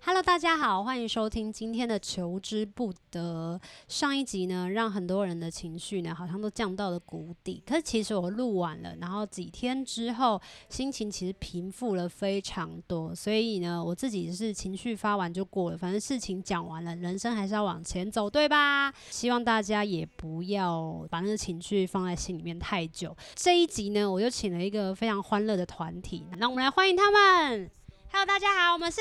Hello，大家好，欢迎收听今天的《求之不得》。上一集呢，让很多人的情绪呢，好像都降到了谷底。可是其实我录完了，然后几天之后，心情其实平复了非常多。所以呢，我自己是情绪发完就过了，反正事情讲完了，人生还是要往前走，对吧？希望大家也不要把那个情绪放在心里面太久。这一集呢，我就请了一个非常欢乐的团体，那我们来欢迎他们。Hello，大家好，我们是。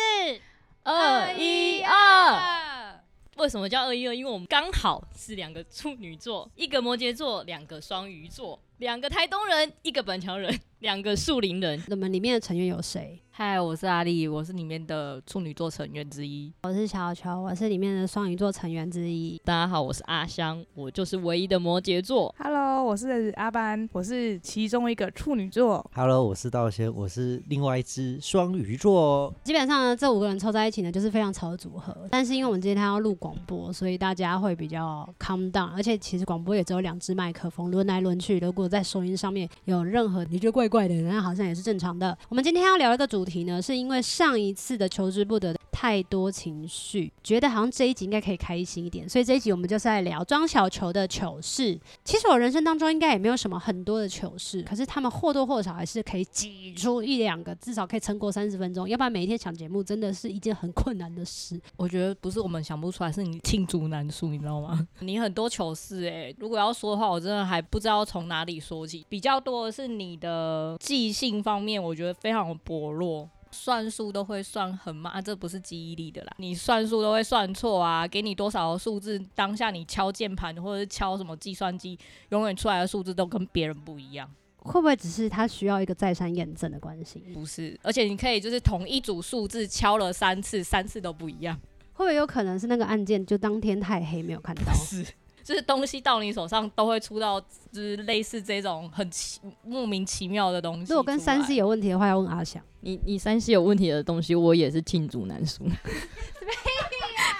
二一二，为什么叫二一二？因为我们刚好是两个处女座，一个摩羯座，两个双鱼座，两个台东人，一个板桥人，两个树林人。 我们里面的成员有谁？嗨，我是阿丽，我是里面的处女座成员之一。我是小球，我是里面的双鱼座成员之一。大家好，我是阿香，我就是唯一的摩羯座。 Hello，我是阿班，我是其中一个处女座。 Hello，我是道仙，我是另外一只双鱼座哦。基本上呢，这五个人凑在一起呢，就是非常吵的组合。但是因为我们今天要录广播，所以大家会比较 calm down。而且其实广播也只有两只麦克风，轮来轮去。如果在收音上面有任何你觉得怪怪的，那好像也是正常的。我们今天要聊一个主题呢，是因为上一次的求之不得太多情绪，觉得好像这一集应该可以开心一点，所以这一集我们就是在聊庄小球的糗事。其实我人生当中应该也没有什么很多的糗事，可是他们或多或少还是可以挤出一两个，至少可以撑过三十分钟。要不然每一天抢节目真的是一件很困难的事。我觉得不是我们想不出来，是你罄竹难书，你知道吗？ 你很多糗事哎、如果要说的话，我真的还不知道从哪里说起。比较多的是你的记性方面，我觉得非常薄弱。算数都会算很慢、啊，这不是记忆力的啦。你算数都会算错啊，给你多少个数字，当下你敲键盘或者是敲什么计算机，永远出来的数字都跟别人不一样。会不会只是他需要一个再三验证的关系？不是，而且你可以就是同一组数字敲了三次，三次都不一样。会不会有可能是那个案件就当天太黑没有看 到？是， 就是东西到你手上都会出到，就是类似这种很奇莫名其妙的东西出来。如果跟三 C 有问题的话，要问阿翔。你你三系有问题的东西，我也是罄竹难 书。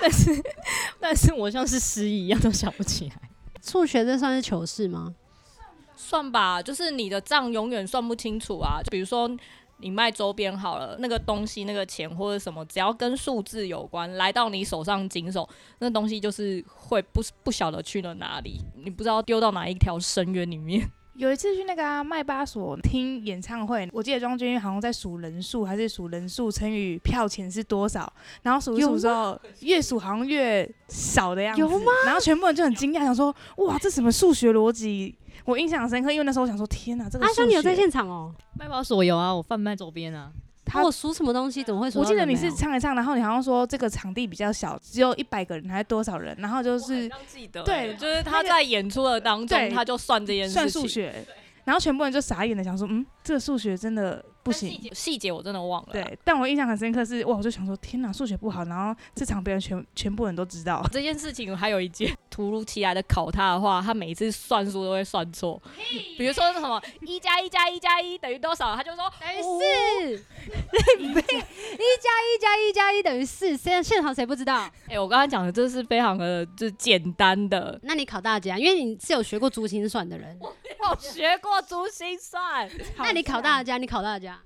但是但是我像是失忆一样都想不起来。数学这算是糗事吗？算吧，就是你的账永远算不清楚啊。就比如说你卖周边好了，那个东西、那个钱或者什么，只要跟数字有关，来到你手上经手，那东西就是会不不晓得去了哪里，你不知道丢到哪一条深渊里面。有一次去那个、啊、麦巴索听演唱会，我记得庄君好像在数人数，还是数人数乘以票钱是多少，然后数一有数吗之后，越数好像越少的样子。有吗？然后全部人就很惊讶，想说：“哇，这什么数学逻辑？”我印象很深刻，因为那时候我想说：“天哪，这个阿数翔，学！”你有在现场哦？ 卖保所有啊，我贩卖周边啊。他我数什么东西？怎么会数？我记得你是唱一唱，然后你好像说这个场地比较小，只有一百个人还是多少人，然后就是记得对就是他在演出的当那中，个他就算这件事情。算数学，然后全部人就傻眼了，想说：“嗯，这个数学真的不但行。”细节细节我真的忘了啦。对，但我印象很深刻是，哇，我就想说，天哪，数学不好，然后这场别人全全部人都知道，这件事情还有一件突如其来的考他的话，他每一次算数都会算错。比如说什么一加一加一加一等于多少，他就说哦等于四， 一加一加一加一等于四。现现场谁不知道？哎、我刚才讲的这是非常的就是简单的，那你考大家，因为你是有学过珠心算的人， 我学过珠心算，那啊你考大家，你考大家，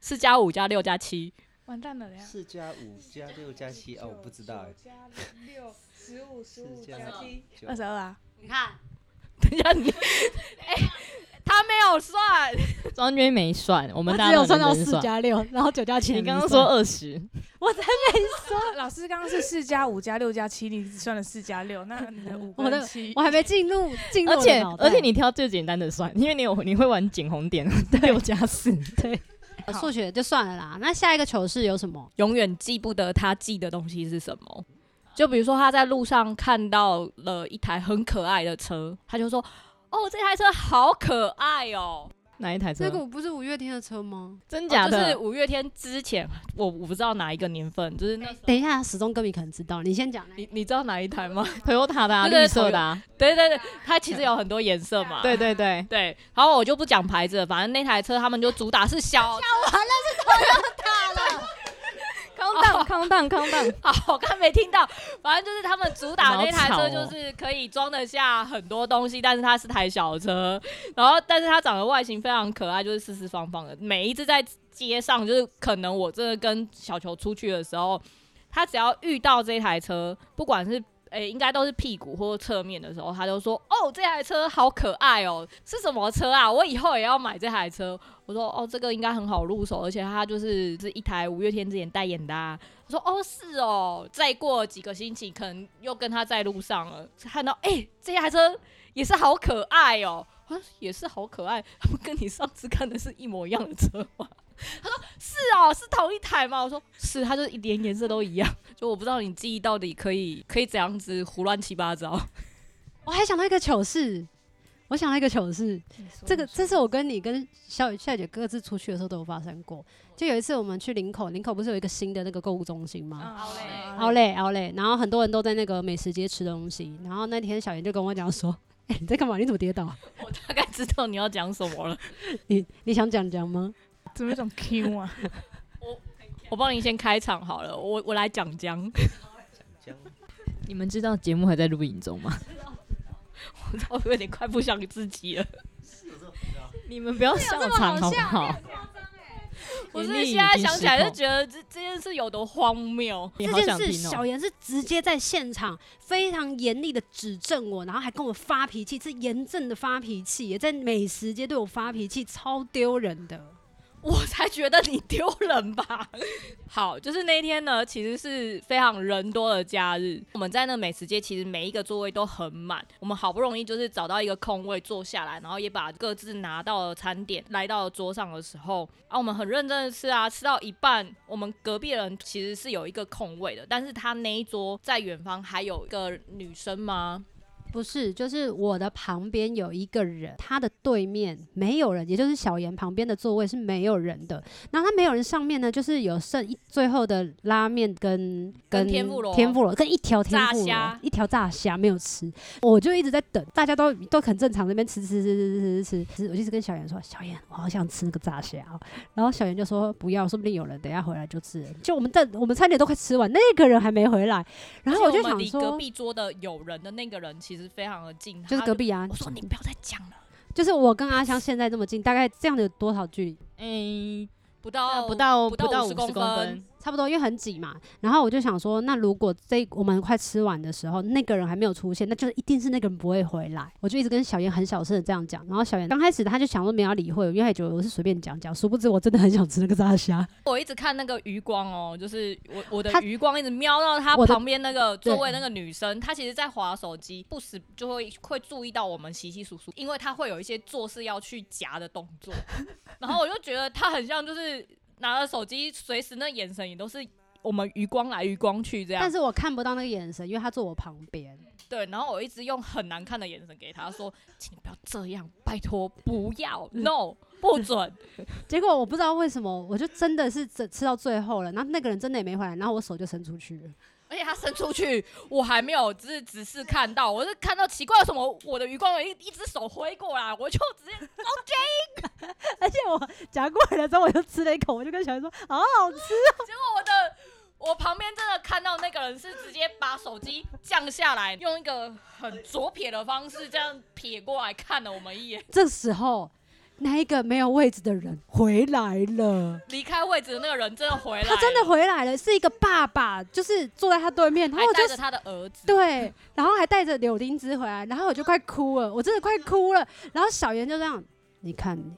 四加五加六加七， 完蛋了呀！四加五加六加七哦，我不知道哎。四加七九二十二啊，你看等一下你， 哎、他没有算， 庄娟没算，我我们大只家都有算到能四。加六，然后九加七。你刚刚说二十，我才老师刚刚是四加五加六加七，你只算了四加六，那你的五我的跟七我，还没进入进入而我的且脑袋而且你挑最简单的算，因为你有你会玩捡红 点，六加四。对，数学就算了啦。那下一个糗事有什么？永远记不得他记的东西是什么。就比如说他在路上看到了一台很可爱的车，他就说：“哦，这台车好可爱哦。”哪一台车这？个不是五月天的车吗？真假哦就的？是五月天之前，我我不知道哪一个年份，就是那等一下，始终歌迷可能知道，你先讲那你你知道哪一台吗？ Toyota 的、啊、对对绿色的、啊，对对对，它其实有很多颜色嘛。对对对，对，然后我就不讲牌子了，反正那台车他们就主打是小。 康荡康荡康荡，好，哦我刚没听到，反正就是他们主打那台车你们好吵就哦是可以装得下很多东西，但是它是台小车，然后但是它长得外形非常可爱，就是四四方方的。每一次在街上，就是可能我真的跟小球出去的时候，他只要遇到这台车，不管是。诶、应该都是屁股或侧面的时候，他就说：“哦，这台车好可爱哦，是什么车啊？我以后也要买这台车。”我说：“哦，这个应该很好入手，而且它就是是一台五月天之前代言的、啊。”我说哦是哦，再过几个星期可能又跟他在路上了，看到哎、这台车也是好可爱哦，我说也是好可爱， 他们跟你上次看的是一模一样的车吗？他说是哦，是同一台吗？我说是，他就连颜色都一样，就我不知道你记忆到底可以可以怎样子胡乱七八糟。 我还想到一个糗事，我想到一个糗事，这个这是我跟你跟小雨、夏姐各自出去的时候都有发生过。就有一次我们去林口，林口不是有一个新的那个购物中心吗？嗯好嘞奥累奥累，然后很多人都在那个美食街吃东西。然后那天小严就跟我讲说：“哎、你在干嘛？你怎么跌倒？啊我大概知道你要讲什么了，你你想讲讲吗怎么有一种 Q 啊？我帮你先开场好了，我我来讲讲。 这样你们知道节目还在录影中吗？我有点快不像自己了。你们不要笑场好不好？ 我眼是力现在已经想失起来就控觉得这这件事有多荒谬。你？”好这件想事，听小哦。严是直接在现场非常严厉的指正我，然后还跟我发脾气，是严正的发脾气，也在美食街对我发脾气，超丢人的。我才觉得你丢人吧。好，就是那一天呢，其实是非常人多的假日。我们在那美食街，其实每一个座位都很满。我们好不容易就是找到一个空位坐下来，然后也把各自拿到的餐点来到桌上的时候，啊，我们很认真的吃啊，吃到一半，我们隔壁的人其实是有一个空位的，但是他那一桌在远方还有一个女生吗？不是，就是我的旁边有一个人，他的对面没有人，也就是小严旁边的座位是没有人的。然后他没有人上面呢，就是有剩一最后的拉面跟跟天妇罗天妇罗跟一条天炸妇罗虾，一条炸虾没有吃，我就一直在等，大家都都很正常，那边吃吃吃吃吃吃吃吃，我就一直跟小严说，小严，我好想吃那个炸虾、哦。然后小严就说不要，说不定有人等一下回来就吃了。就我们等我们餐点都快吃完，那个人还没回来，然后而我且就们想离说，隔壁桌的有人的那个人其实非常的近，就是他隔壁啊，我说你不要再讲了，就是我跟阿香现在这么近，大概这样的有多少距离？嗯，不到啊不到不不到50到50公公分分，差不多，因为很挤嘛。然后我就想说，那如果这我们快吃完的时候，那个人还没有出现，那就是一定是那个人不会回来。我就一直跟小严很小声的这样讲。然后小严刚开始他就想说没有要理会我，因为他觉得我是随便讲讲，殊不知我真的很想吃那个炸虾。我一直看那个余光哦，就是我我的他余光一直瞄到他我的旁边那个座位那个女生，她其实在划手机，不时就会会注意到我们稀稀疏疏，因为她会有一些做事要去夹的动 作，然后我就觉得她很像就是拿着手机，随时那眼神也都是。我们余光来余光去这样，但是我看不到那个眼神，因为他坐我旁边。对，然后我一直用很难看的眼神给他说：“请你不要这样，拜托不 要，no，不准。结果我不知道为什么，我就真的是吃吃到最后了，然后那个人真的也没回来，然后我手就伸出去了。”而且他伸出去，我还没有，只是只是看到，我是看到奇怪，为什么我的余光有一一只手挥过来，我就直接而且我夹过来的时候，我就吃了一口，我就跟小严说：“哦好好吃。我的我旁边真的看到那个人是直接把手机降下来，用一个很左撇的方式这样撇过来看了我们一眼，”这时候，那一个没有位置的人回来了。 离开位置的那个人真的回来了，他真的回来了，是一个爸爸，就是坐在他对面，然后还我就带着他的儿 子，对，然后还带着柳丁汁回来，然后我就快哭了，我真的快哭了。然后小严就这样，你看你，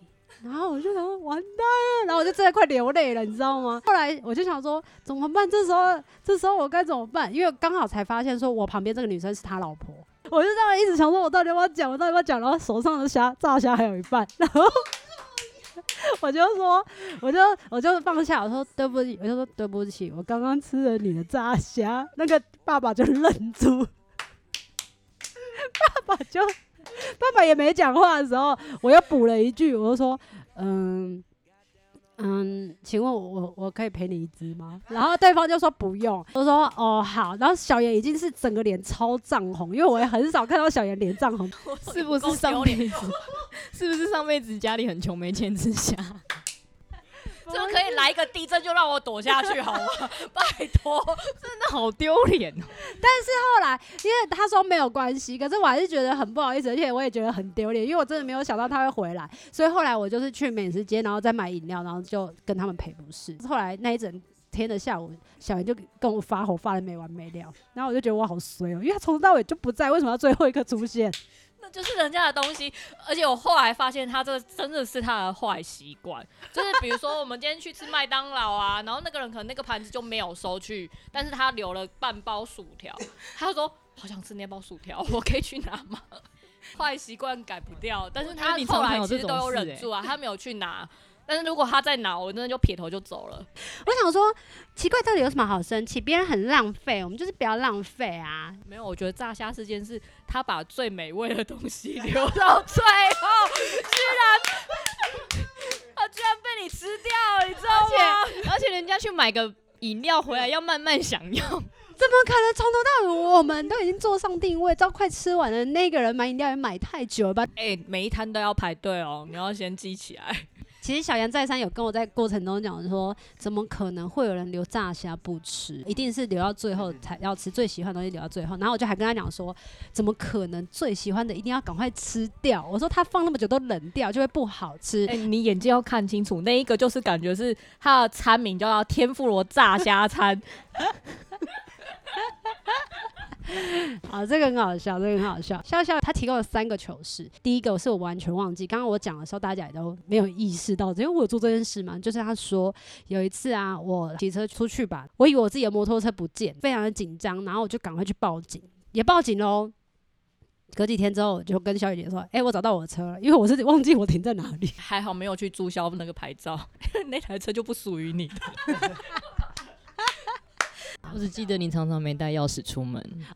然后我就想说完蛋了，然后我就真的快流泪了，你知道吗？后来我就想说怎么办？这时候这时候我该怎么办？因为刚好才发现说我旁边这个女生是他老婆。我就这样一直想说，我到底要不要讲？我到底要不要讲？然后手上的虾炸虾还有一半，然后 我就说，我就我就放下，我说对不起，我就说对不起，我刚刚吃了你的炸虾。那个爸爸就愣住，爸爸就爸爸也没讲话的时候，我又补了一句，我就说，嗯。嗯，请问我我我可以陪你一只吗？然后对方就说不用，我说哦好，然后小妍已经是整个脸超涨红，因为我也很少看到小妍脸涨红，是不是上 辈子？ 是不是上辈子家里很穷，没钱吃 虾？就可以来一个地震就让我躲下去 好吗？拜托，真的好丢脸哦！后来，因为他说没有关系，可是我还是觉得很不好意思，而且我也觉得很丢脸，因为我真的没有想到他会回来，所以后来我就是去美食街，然后再买饮料，然后就跟他们赔不是。后来那一整天的下午，小圆就跟我发火，发的没完没了，然后我就觉得我好衰哦，因为他从头到尾就不在，为什么要最后一刻出现？那就是人家的东西。而且我后来发现，他这真的是他的坏习惯，就是比如说我们今天去吃麦当劳啊，然后那个人可能那个盘子就没有收去，但是他留了半包薯条，他就说好想吃那包薯条，我可以去拿吗？ 坏习惯改不掉，但是我觉他得你后常常来有其这实都种有事忍欸住啊，他没有去拿。但是如果他再拿，我真的就撇头就走了。我想说，奇怪，到底有什么好生气？别人很浪费，啊我们就是不要浪费啊。没有，我觉得炸虾事件是他把最美味的东西留到最后，居然他居然被你吃掉了，你知道而吗？且而且人家去买个饮料回来要慢慢享用，怎么可能从头到尾我们都已经坐上定位，到快吃完了，那个人买饮料也买太久了吧？ 哎、每一摊都要排队哦，你要先记起来。其实小杨再三有跟我在过程中讲说，怎么可能会有人留炸虾不吃？一定是留到最后才要吃，最喜欢的东西留到最后。然后我就还跟他讲说，怎么可能最喜欢的一定要赶快吃掉？我说他放那么久都冷掉，就会不好吃。哎、你眼睛要看清楚，那一个就是感觉是它的餐名叫做天妇罗炸虾餐， 啊，这个很好笑，这个很好笑。笑笑他提供了三个糗事，第一个是我完全忘记，刚刚我讲的时候大家也都没有意识到，因为我有做这件事嘛。就是他说有一次啊，我骑车出去吧，我以为我自己的摩托车不见，非常的紧张，然后我就赶快去报警，也报警喽。隔几天之后，我就跟小雨姐说：“哎、我找到我的车了，因为我是忘记我停在哪里。还好没有去注销那个牌照，那台车就不属于你的。 我只记得你常常没带钥匙出门，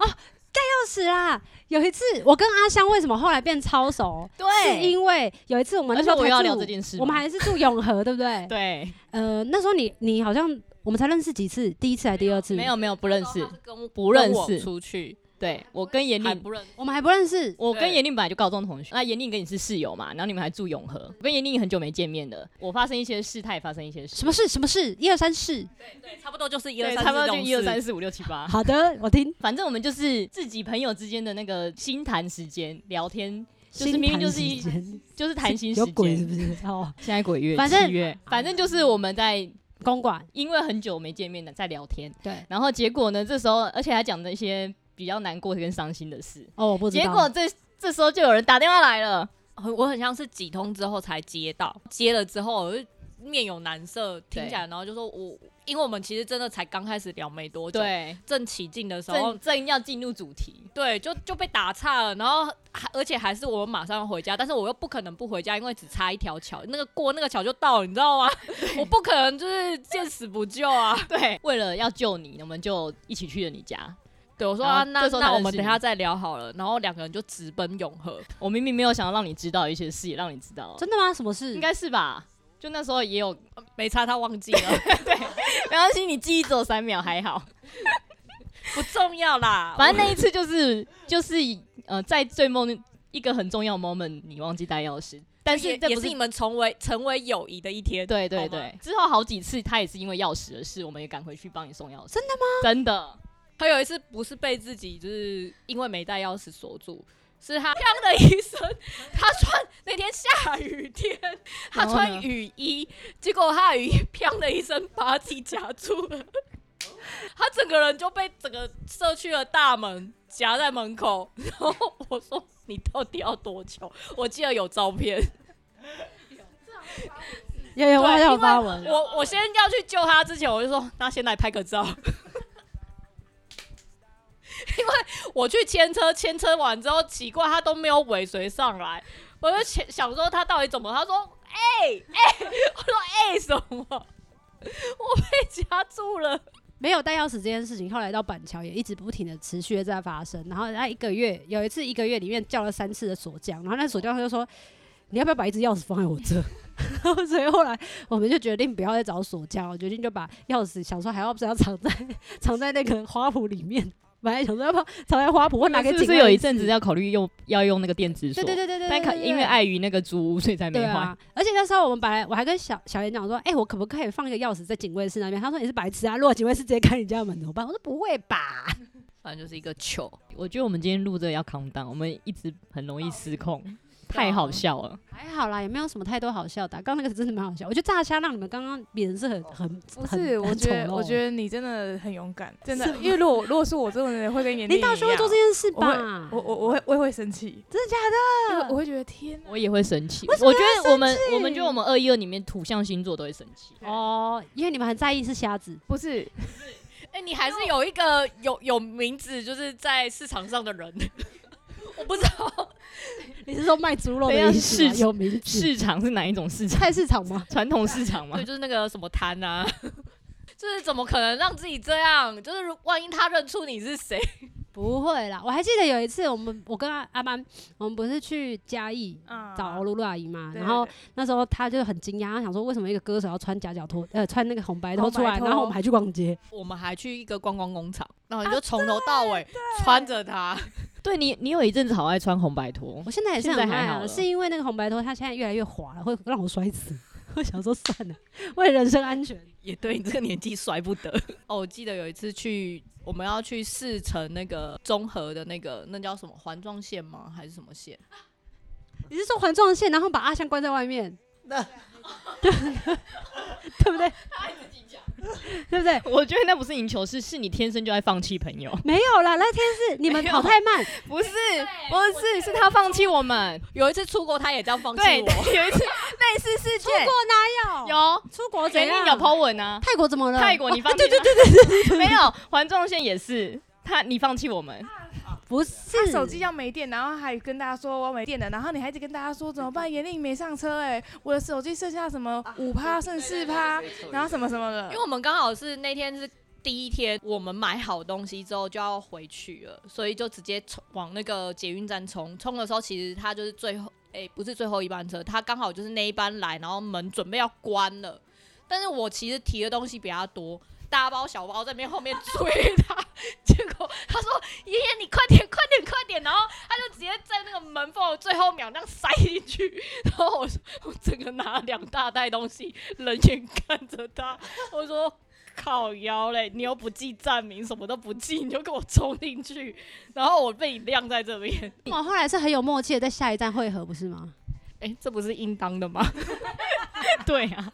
就是啦，有一次我跟阿香为什么后来变超熟，是因哎为有一次我们那而时且候我才又要住聊这件事吗，我们还是住永和，对不 对？对呃，那时候你你好像我们才认识几次，第一次还第二次？没，有没有不认识，跟不认跟我识出去对我跟严还令。不认识。我们还不认识。我跟对严令本来就高中同学，啊那严令跟你是室友嘛，然后你们还住永和。我跟严令很久没见面了，我发生一些事，他也发生一些事，什么事？什么事？一二三四。哎差不多就是一对，差不多就一二三四五六七八，好的，我听。反正我们就是自己朋友之间的那个心谈时间聊天，就是心明谈明就是时一 间就是谈心时有鬼是间。不是？ 哦，现在鬼月，反正七月，反正就是我们在公馆因为很久没见面了，在聊天，对。然后结果呢，这时候而且还讲了一些比较难过跟伤心的事，哦，我不知道。结果这这时候就有人打电话来了，很我很像是几通之后才接到，接了之后我就面有难色，听起来然后就说我，因为我们其实真的才刚开始聊没多久，，对，正起劲的时候正，正要进入主题，对，就就被打岔了，然后还而且还是我马上要回家，但是我又不可能不回家，因为只差一条桥，那个过那个桥就到了，你知道吗？我不可能就是见死不救啊！ 对，为了要救你，我们就一起去了你家。对，我说然后啊，那这时候才那我认们识等一你下再聊好了，然后两个人就直奔永和，我明明没有想要让你知道一些事，也让你知道了，真的吗？什么事？应该是吧？就那时候也有，没没差他忘记 了，关系，你记忆只有三秒，还好。不重要啦，反正那一次就是就是呃，在醉梦一个很重要 moment，你忘记带钥匙，但是也这也不是是你们成为成为友谊的一天。对对好吗对，之后好几次他也是因为钥匙的事，我们也赶回去帮你送钥匙。真的吗？真的，他有一次不是被自己就是因为没带钥匙锁住，是他砰的一声，他穿那天下雨天，他然后呢穿雨衣，结果他的雨衣砰的一声把自己夹住了， 他整个人就被整个社区的大门夹在门口，然后我说你到底要多久？我记得有照片，有有，我好对像有因为发文。我我先要去救他之前，我就说那先来拍个照。 因为我去牵车，牵车完之后，奇怪他都没有尾随上来，我就想想说他到底怎么了？他说：“ 哎、哎、我说：“哎、什么？我被夹住了。”没有带钥匙这件事情，后来到板桥也一直不停的持续的在发生。然后他一个月有一次一个月里面叫了三次的锁匠，然后那锁匠就说：“你要不要把一只钥匙放在我这？” 然后所以后来我们就决定不要再找锁匠，我决定就把钥匙想说还要不是要藏在藏在那个花圃里面，本来想说要不要藏在花圃或拿给是警不是卫有一室阵子要考虑用要用那个电子锁？对对对对对，但可对因为。碍于那个租屋，所以才没对对换。啊，而且那时候我们本来我还跟小小严讲说，哎、我可不可以放一个钥匙在警卫室那边？他说你是白痴啊，如果警卫室直接开你家门怎么办？我说不会吧，反正就是一个糗。我觉得我们今天录这个要 calm down，我们一直很容易失控，嗯太啊好笑了。还好啦，也没有什么太多好笑的啊、刚刚那个真的蛮好笑，我觉得炸虾让你们刚刚脸是很很哦哦不是，我觉得，我觉得得你真的很勇敢，真的。因为如果如哦果是我这种人，会跟你林大叔会做这件事我会吧？我我我会我也会生气，真的假因为的？我会觉得天哪，我也会生气，我觉得我们我们觉得我们二一二里面土象星座都会生气。哦，因为你们很在意是瞎子，不是哎、你还是有一个有有名字，就是在市场上的人。 我不知道，你是说卖猪肉对啊的意思吗？是有名字市场是哪一种市场？ 菜市场吗？传统市场吗对，？就是那个什么摊啊， 就是怎么可能让自己这样？就是如万一他认出你是谁，不会啦，我还记得有一次我们我跟阿阿班，我们不是去嘉义啊找欧露露阿姨嘛，对然后对对那时候他就很惊讶，他想说为什么一个歌手要穿夹脚拖，呃，穿那个红白拖红出来，白然后我拖们还去逛街，我们还去一个观光工厂，然后你就从头到尾穿着它， 对你，你有一阵子好爱穿红白拖我，现在也是现在很爱还好啊，了是因为那个红白拖它现在越来越滑了，会让我摔死。 我想说算了，为人身安全。也对你这个年纪摔不得。 哦，我记得有一次去，我们要去四城那个中和的那个，那叫什么环状线吗？还是什么线？你是说环状线，然后把阿香关在外 面？那对不对？对不对？ 我觉得那不是赢球，是是你天生就爱放弃朋友。没有啦，那天是你们跑太慢， 不是，不是，是他放弃我们。有一次出国，他也这样放弃对， 我。有一次类似事出国件，哪有？有出国怎原样？定哎有 po 文 啊，泰国怎么了？泰国你放啊哦弃对对对，对，没有环状线也是他，你放弃我们，不是他手机要没电，然后还跟大家说我没电了，然后你还一直跟大家说怎么办？严令没上车哎、我的手机剩下什么五趴剩四趴，然后什么什么的因为。我们刚好是那天是第一天，我们买好东西之后就要回去了，所以就直接冲往那个捷运站冲。冲的时候，其实他就是最后，哎、不是最后一班车，他刚好就是那一班来，然后门准备要关了，但是我其实提的东西比他多。大包小包在那边后面追他，结果他说：“爷爷，你快点，快点，快点！”然后他就直接在那个门缝的最后秒那样塞进去，然后我我整个拿了两大袋东西，冷眼看着他，我说靠腰嘞，你又不记站名，什么都不记，你就给我冲进去，然后我被你晾在这 边。我哦们后来是很有默契的，在下一站汇合，不是吗？哎、这不是应当的吗？对啊，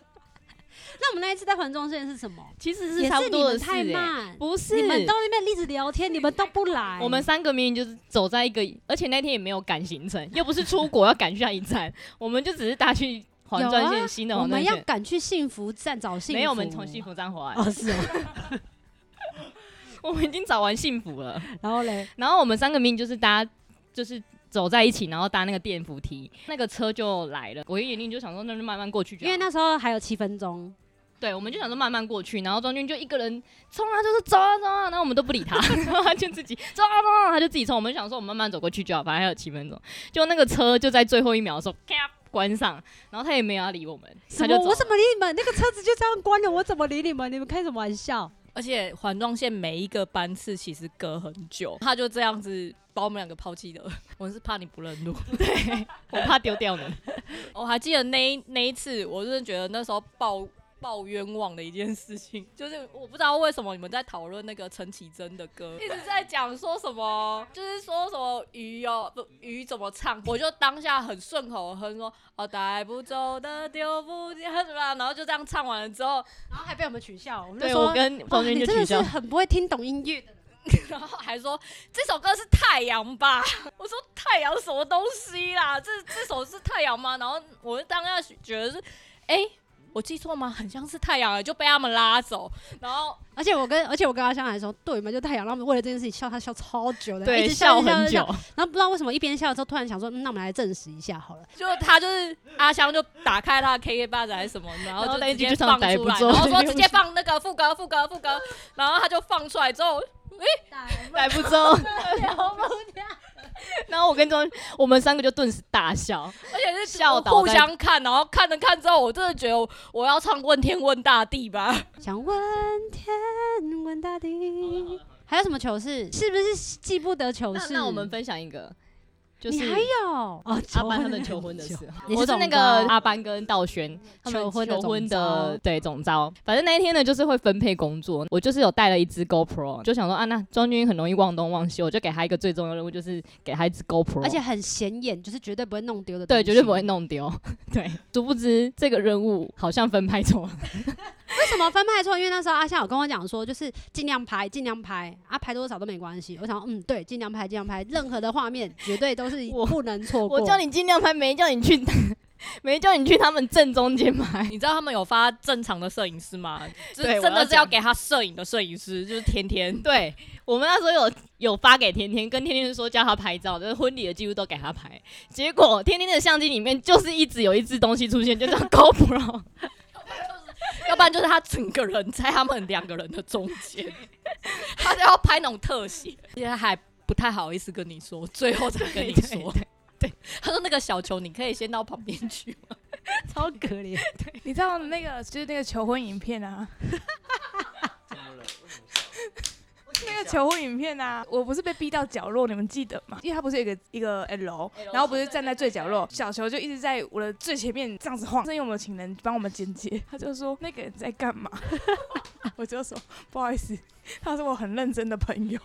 那我们那一次在环状线是什么？其实也是差不是你多的们事、太欸，慢，不是你们到那边一直聊天，你们都不来。我们三个明明就是走在一个，而且那天也没有赶行程，又不是出国要赶下一 站，我们就只是搭去环状有线啊新的我环们状要线，赶去幸福站找幸福。没有我们从幸福站回来，哦 是哦， 我们已经找完幸福了。然后嘞，然后我们三个明明就是搭，就是走在一起，然后搭那个电扶梯，那个车就来了。我跟眼镜就想说，那就慢慢过去就好因为那时候还有七分钟，对，我们就想说慢慢过去，然后中间就一个人冲啊，就是走啊走啊，然后我们都不理 他，然后他就自己走啊走啊，他就自己冲。我们想说，我们慢慢走过去就好，反正还有七分钟。就那个车就在最后一秒的时候，咔关上，然后他也没有要理我们，什他么就走我了。怎么理你们？那个车子就这样关了，我怎么理你们？你们开什么玩笑？ 而且环状线每一个班次其实隔很久，他就这样子把我们两个抛弃了。 我是怕你不 认路。我怕丢掉呢。我还记得那一那一次，我真的觉得那时候抱抱冤枉的一件事情， 就是我不知道为什么你们在讨论那个陈绮贞的歌， 一直在讲说什么，就是说什么鱼哦不鱼怎么唱，我就当下很顺口地哼说哦带不走的丢不掉什么啊，然后就这样唱完了之后，然后还被我们取笑，我们就对说我啊跟哦中间你就真取的是消。很不会听懂音乐的。然后还说这首歌是太阳吧？ 我说太阳什么东西啦？这这首是太阳吗？然后我就当下觉得是，哎、我记错吗？很像是太阳，欸就被他们拉走，然后而且我跟而且我跟阿香还说，对嘛，就太阳，他们为了这件事情笑，他笑超久的，一对，直笑很，一直久，然后不知道为什么一边笑的时候，突然想说，嗯，那我们来证实一下好了。就他就是阿香就打开他的 KK 吧仔还是什么，然后然后就那一直句接就这放样出来，逮捕然住后说直接放那个副歌副歌副歌，然后他就放出来之后，来不中。 然后我跟钟，我们三个就顿时大笑，而且是笑倒互在相看，然后看着看之后，我真的觉得我要唱问天问大地吧。想问天问大地，还有什么糗事？是不是记不得糗那事？那我们分享一个，就你是还有哦，阿求班婚他们很 求婚的久事，你我是是那总个招阿班跟道轩他们求婚的求婚总招的对总招，反正那一天呢就是会分配工作，我就是有带了一支 GoPro，就想说啊那庄君很容易忘东忘西，我就给他一个最重要的任务，就是给他一支 GoPro，而且很显眼，就是绝对不会弄丢的东对西，绝对不会弄丢， 对，殊不知这个任务好像分派错了，为什么分派错？因为那时候阿夏有跟我讲说，就是尽量拍，尽量拍，啊，拍多少都没关系。我想说，嗯，对，尽量拍，尽量拍，任何的画面绝对都是我不能错过。我叫你尽量拍，没叫你去， 没叫你去他们正中间拍，你知道他们有发正常的摄影师吗？就对是真的是要给他摄影的摄影师，就是天 天。 对我们那时候有有发给甜甜，跟甜甜说叫她拍照，就是婚礼的记录都给她拍。结果甜甜的相机里面就是一直有一只东西出现，就叫 GoPro。 要不然就是他整个人在他们两个人的中 间，他就要拍那种特写，现在还不太好意思跟你说，最后才跟你对说。对，他说那个小球，你可以先到旁边去吗？超可怜，你知道那个就是那个求婚影片啊，怎么了？为 什么那个求婚影片啊，我不是被逼到角落，你们记得吗？因为他不是有一个一个 L，然后不是站在最角落，小球就一直在我的最前面这样子晃。是因为我们请人帮我们剪接， 他就说那个人在干嘛？ 我就说不好意思，他是我很认真的朋友。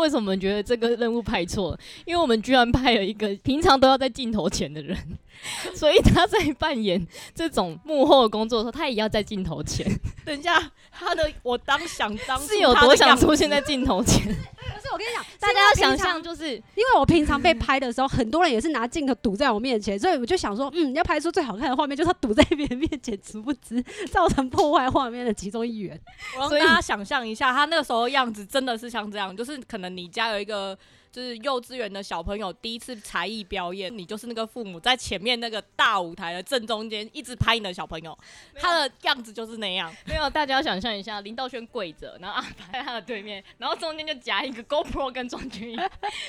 为什么我们觉得这个任务拍错了？因为我们居然拍了一个平常都要在镜头前的人， 所以他在扮演这种幕后的工作的时候，他也要在镜头前，等一下，他的我当想当初是有他的多想样子出现在镜头前？不是我跟你讲， 大家要想象，就是因为我平常被拍的时候，很多人也是拿镜头堵在我面前，所以我就想说，嗯，要拍出最好看的画面，就是要堵在别人面前，殊不知造成破坏画面的其中一员。 我所让以大家想象一下，他那个时候样子真的是像这样，就是可能你家有一个就是幼稚园的小朋友第一次才艺表演，你就是那个父母在前面那个大舞台的正中间一直拍你的小朋友，他的样子就是那样。没有，大家要想象一下，林道轩跪着，然后阿白在他的对面，然后中间就夹一个 GoPro 跟庄君 怡，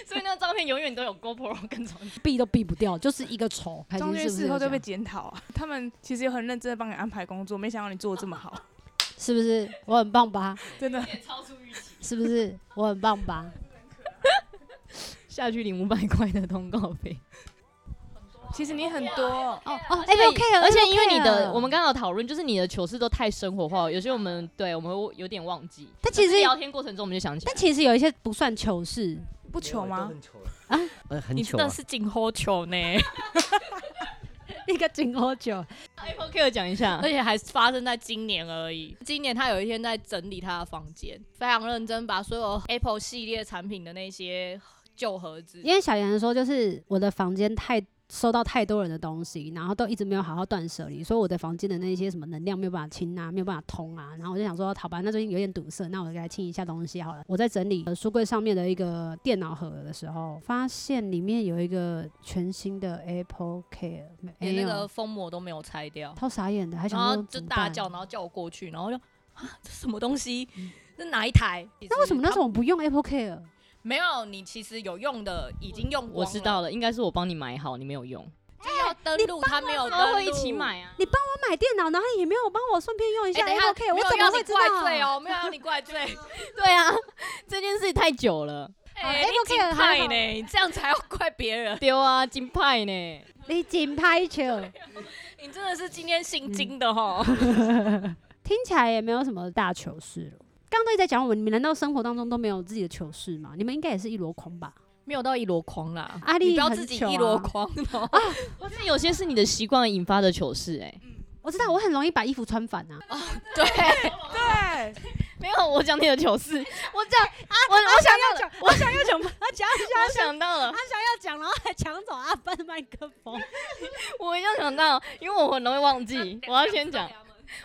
所以那照片永远都有 GoPro 跟庄君怡。避都避不掉，就是一个丑。中间事后就被被检讨啊，他们其实有很认真的帮你安排工作，没想到你做的这么好，是不是我很棒吧？真的。是不是我很棒吧？下去领五百块的通告费。其实你很多，哦哦，哎，没有 care，而且因为你的，我们刚刚有讨论，就是你的糗事都太生活化了，有些我们对我们会有点忘记。但其实可是聊天过程中我们就想起来 但，其实有一些不算糗事，不糗吗？很糗啊啊，呃，很你真糗的啊。是紧喝球呢， 一个紧喝酒，但 Apple Care 讲一下而，且还发生在今年而已。今年他有一天在整理他的房间，非常认真把所有 Apple 系列产品的那些旧盒子因为小严说，就是我的房间太收到太多人的东西，然后都一直没有好好断舍离，所以我的房间的那些什么能量没有办法清啊，没有办法通啊。然后我就想说，好吧，那最近有点堵塞，那我给它清一下东西好了。我在整理呃书柜上面的一个电脑盒的时候，发现里面有一个全新的 Apple Care，连没哎那个有，封膜都没有拆掉。超傻眼的，还想然后说就怎么大办嗯叫，然后叫我过去，然后就啊，这什么东西？这哪一台？那为什么那时候候我不用 Apple Care？没有？你其实有用的，已经用光我知道了，了，应该是我帮你买好，你没有用，就要登录，他没有大家登录，会一起。买啊。你帮哦我买电脑，然后你也没有帮我顺便用一哎，下等一下 Apple Care，我怎没有么让你会知怪道？罪哦，没有让你 怪罪。对啊， 这件事太久了，哎，啊 Apple 你 Care 金派还好呢？你这样才要怪别人。丢啊，金派呢？ 你紧拍球，你真的是今天嗯姓金 的哈。听起来也没有什么大糗事了。刚刚都一直在讲我们，你们难道生活当中都没有自己的糗事吗？你们应该也是一箩筐吧？没有到一箩筐啦，阿你丽不要很自己糗啊一箩 筐哦。那有些是你的习惯引发的糗事哎、我知道，我很容易把衣服穿反啊。对，对，没有，我讲你的糗事， 我讲啊，我我想到了，我想要讲，他讲 我想到了他，想要讲，然后还抢走阿芬的麦克风。 我一定要想到，因为我很容易忘记，我要先讲，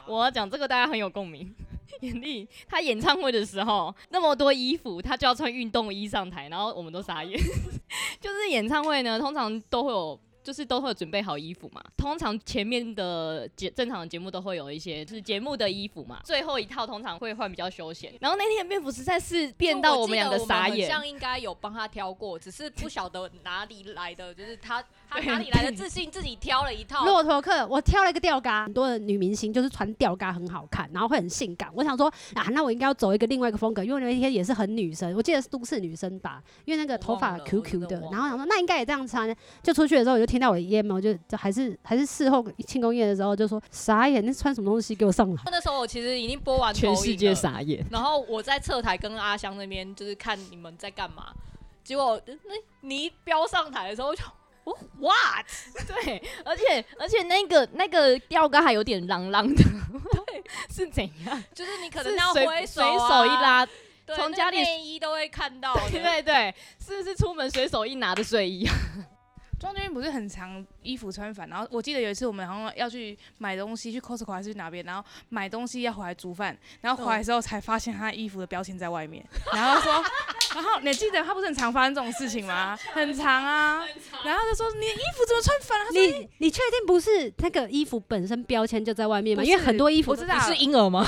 我要讲这个大家很有共鸣。眼力，他演唱会的时候那么多衣服，他就要穿运动衣上台，然后我们都傻眼。 就是演唱会呢，通常都会有。就是都会有准备好衣服嘛，通常前面的节正常的节目都会有一些就是节目的衣服嘛，最后一套通常会换比较休闲。然后那天的便服实在是变到我们两个傻眼，像应该有帮他挑过，只是不晓得哪里来的，就是他他对哪里来的自信，自己挑了 一套。骆驼课，我挑了一个吊嘎，很多的女明星就是穿吊嘎很好看，然后会很性感。我想说啊，那我应该要走一个另外一个风格，因为那天也是很女生，我记得是都市女生吧，因为那个头发我忘了 QQ 我的真的，忘了然后想说那应该也这样穿。就出去的时候，我就听到我爷们，我就就还是还是事后庆功宴的时候就说傻眼，那穿什么东西给我上来？那时候我其实已经播完全投世影界了傻眼。然后我在侧台跟阿香那边就是看你们在干嘛，结果嗯那你一飙上台的时候我就。 我 what？对，而且而且那个那个吊杆还有点啷啷 的，是怎样？就是你可可能要随挥随啊手一，拉，对从那家里内衣都会看到的。 对对对，是不是出门随手一拿的睡衣？啊庄君不是很常衣服穿反，然后我记得有一次我们好像要去买东西，去 Costco 还是去哪边，然后买东西要回来煮饭，然后回来的时候才发现他衣服的标签在 外面，然后说，然后你记得他不是很常发生这种事情吗？很常啊，然后他就说你的衣服怎么穿 反了？他说你你确定不是那个衣服本身标签就在外面吗？不因为是很多衣服我知道，婴儿吗？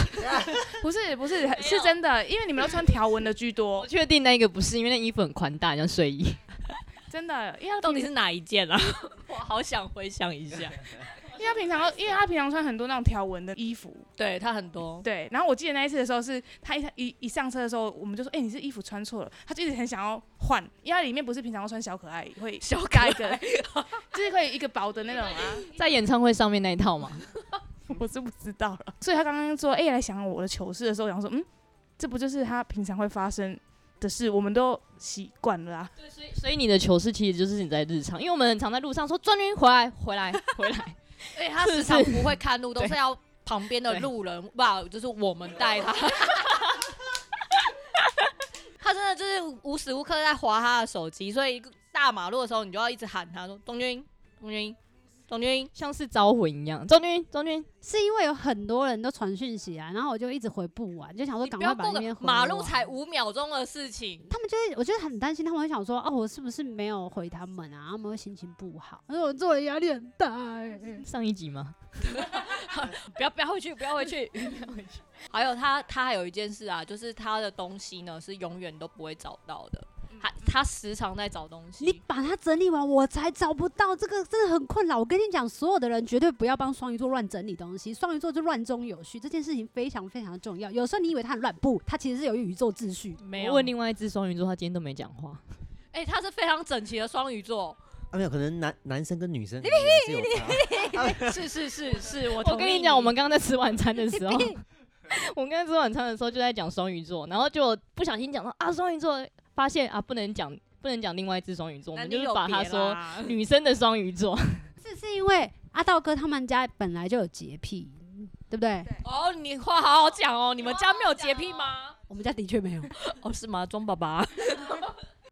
不是不是是真的，因为你们都穿条纹的居多我，确定那个不是，因为那衣服很宽大，像睡 衣。真的，因为他到底是哪一件 啊？我好想回想一下。因为他平常因为他平常穿很多那种条纹的衣服， 对他很多，对，然后我记得那一次的时候是，他一一一上车的时候，我们就说，哎、你是衣服穿错了，他就一直很想要换，因为它里面不是平常穿小可爱，会小可加一个，就是可以一个薄的那种啊，在演唱会上面那一套嘛， 我是不知道了。所以他刚刚说，哎、来想我的糗事的时候，我想说，嗯，这不就是他平常会发生的事，我们都习惯了啊。对，所以所以你的糗事其实就是你在日常，因为我们很常在路上说专军回来回来回 来，而且他是不时是常不会看路，都对是要旁边的对路人吧，就是我们带他。 他真的就是无时无刻在划他的手机，所以大马路的时候，你就要一直喊他说：“东军，东军，东军。像是招魂一样。中军中军，是因为有很多人都传讯息啊，然后我就一直回不完，就想”说你赶不快要把过那个边回马路完才五秒钟的事情，他们就会，我就很担心，他们会想说，哦，我是不是没有回他们啊？他们会心情不好。可是哎我做的压力很大、 欸，上一集吗？不要不要回去，不要回去，不 要回去。还有他，他还有一件事啊，就是他的东西呢是永远都不会找到的，他他时常在找东西。你把它整理完，我才找不到，这个真的很困扰。我跟你讲，所有的人绝对不要帮双鱼座乱整理东西，双鱼座就乱中有序，这件事情非常非常重要。有时候你以为他很乱，不，他其实是有宇宙秩 序。没我有问另外一只双鱼座，他今天都没讲话。哎、他是非常整齐的双鱼座，啊，没有，可能男男生跟女生可能还是有差。 是是是是，我我跟你讲，我们刚刚在吃晚餐的 时候，我们刚刚吃晚餐的时候就在讲双鱼座，然后就不小心讲到啊双鱼座，发现啊不能讲不能讲另外一只双鱼座，我们就是把它说女生的双鱼座。这 是因为阿道哥他们家本来就有洁癖，对不对？ 哦，你话好好讲哦，你们家没有洁癖吗？我们家的确没有。哦，是吗？庄爸爸，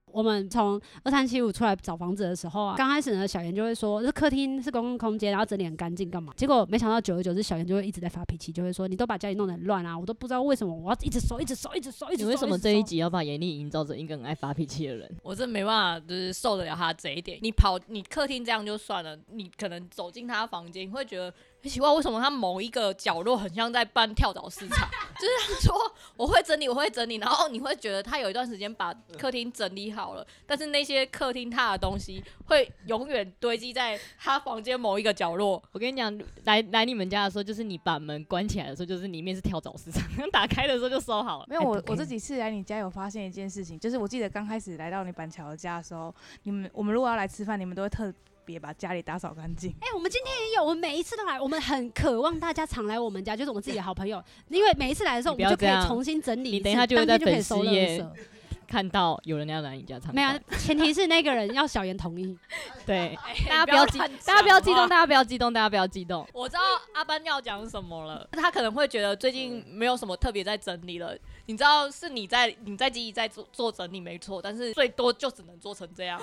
我们从二三七五出来找房子的时候啊，刚开始呢，小严就会说，这客厅是公共空间，然后整理很干净干嘛？结果没想到久而久之，小严就会一直在发脾气，就会说你都把家里弄得很乱啊，我都不知道为什么我要一直收，一直收，一直收，一直你收。为什么直收这一？集要把严厉营造成一个很爱发脾气的人？我真没办法，就是受得了他这一点。你跑，你客厅这样就算了，你可能走进他房间，你会觉得很奇怪，为什么他某一个角落很像在办跳蚤市场？ 就是他说我会整理，我会整理，然后你会觉得他有一段时间把客厅整理好了，但是那些客厅他的东西会永远堆积在他房间某一个角落。 我跟你讲，来来你们家的时候，就是你把门关起来的时候，就是里面是跳蚤市场， 打开的时候就收好了。没有，我哎我这几次来你家有发现一件事情，就是我记得刚开始来到你板桥的家的时候，你们我们如果要来吃饭，你们都会特别把家里打扫干净。哎、我们今天也有，我们每一次都来，我们很渴望大家常来我们家，就是我们自己的好朋友，因为每一次来的时候，我你们不就要可这样以重新整理次，你等一下就就会在 当天就可以粉丝收垃页圾。看到有人要来你家唱，没有，前提是那个人要小严同意。 对，哎 大家不要激，大家不要激动，大家不要激动，大家不要激动。我知道阿班要讲什么了，他可能会觉得最近没有什么特别在整理了，你知道是你在你在积极在做做整理没错，但是最多就只能做成这样。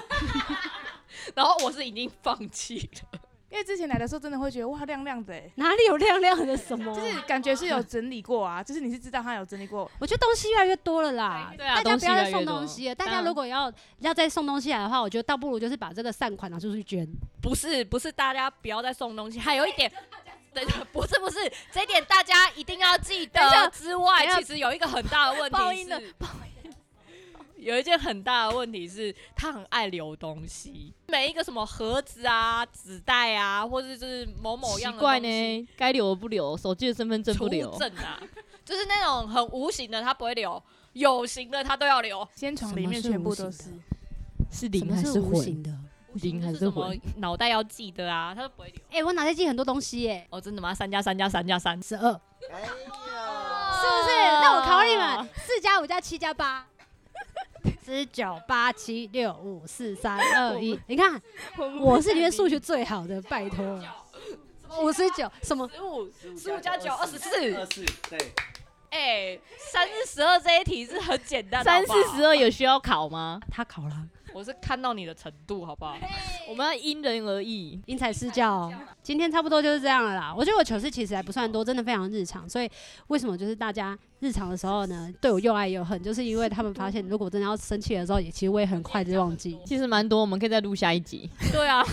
然后我是已经放弃了，因为之前来的时候真的会觉得哇亮亮的、欸，哪里有亮亮的什 么？啊就是感觉是有整理过啊，就是你是知道他有整理过，我觉得东西越来越多了啦，对啊大家不要再东西越来送越多哎东西了。大当家然如果要要再送东西来的话，我觉得倒不如就是把这个善款拿出去捐。不是不是，大家不要再送东西。还有一哎点，等一下不是不是，这一点大家一定要记等一下得。之外等一，下其实有一个很大的问 报题应了是，有一件很大的问题是，他很爱留东西，每一个什么盒子啊、纸袋啊，或者是某某奇样的怪东西呢，该留的不留，手机的身份证储物欸不留，证啊，就是那种很无形的，他不会留；有形的，他都要留。先从里面全部都是什么是无形。是什么是无形？的？零还就是是什么魂？脑袋要记得啊，他都不会留。哎、我脑袋记很多东西耶、哦，真的吗？三加三加三加三，十二，是哎呀，不是？哦那我考你们， 四加五加七加八，十九八七六五四三二一。你看，我是里面数学最好的，拜托。五十九什么？十五十五加九二十四。二四对，哎，三四十二这一题是很简单的，三四十二，二有需要考吗？ 他考了，我是看到你的程度，好不好？我们要因人而异。因材施教、哦。今天差不多就是这样了啦。我觉得我糗事其实还不算多，真的非常日常。所以为什么就是大家日常的时候呢，对我又爱又恨，就是因为他们发现，如果真的要生气的时候，也其实我也很快就忘记。其实蛮多，我们可以再录下一集。对啊，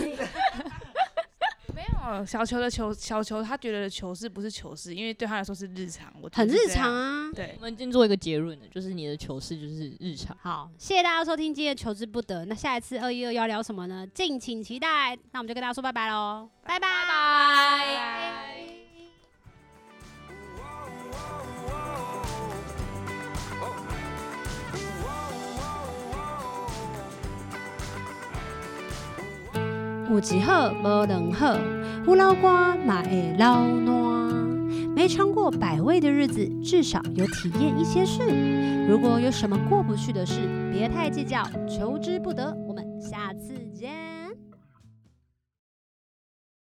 没有小球的球，小球他觉得的球事不是糗事，因为对他来说是日常，我觉很得是日这样常。啊。对我，们先做一个结论了，就是你的糗事就是日常。好，谢谢大家收听今天的求之不得。那下一次二一二要聊什么呢？敬请期待。那我们就跟大家说拜拜喽，拜拜。有一好无两好，有老瓜嘛会老烂。没尝过百味的日子，至少有体验一些事。如果有什么过不去的事，别太计较，求之不得。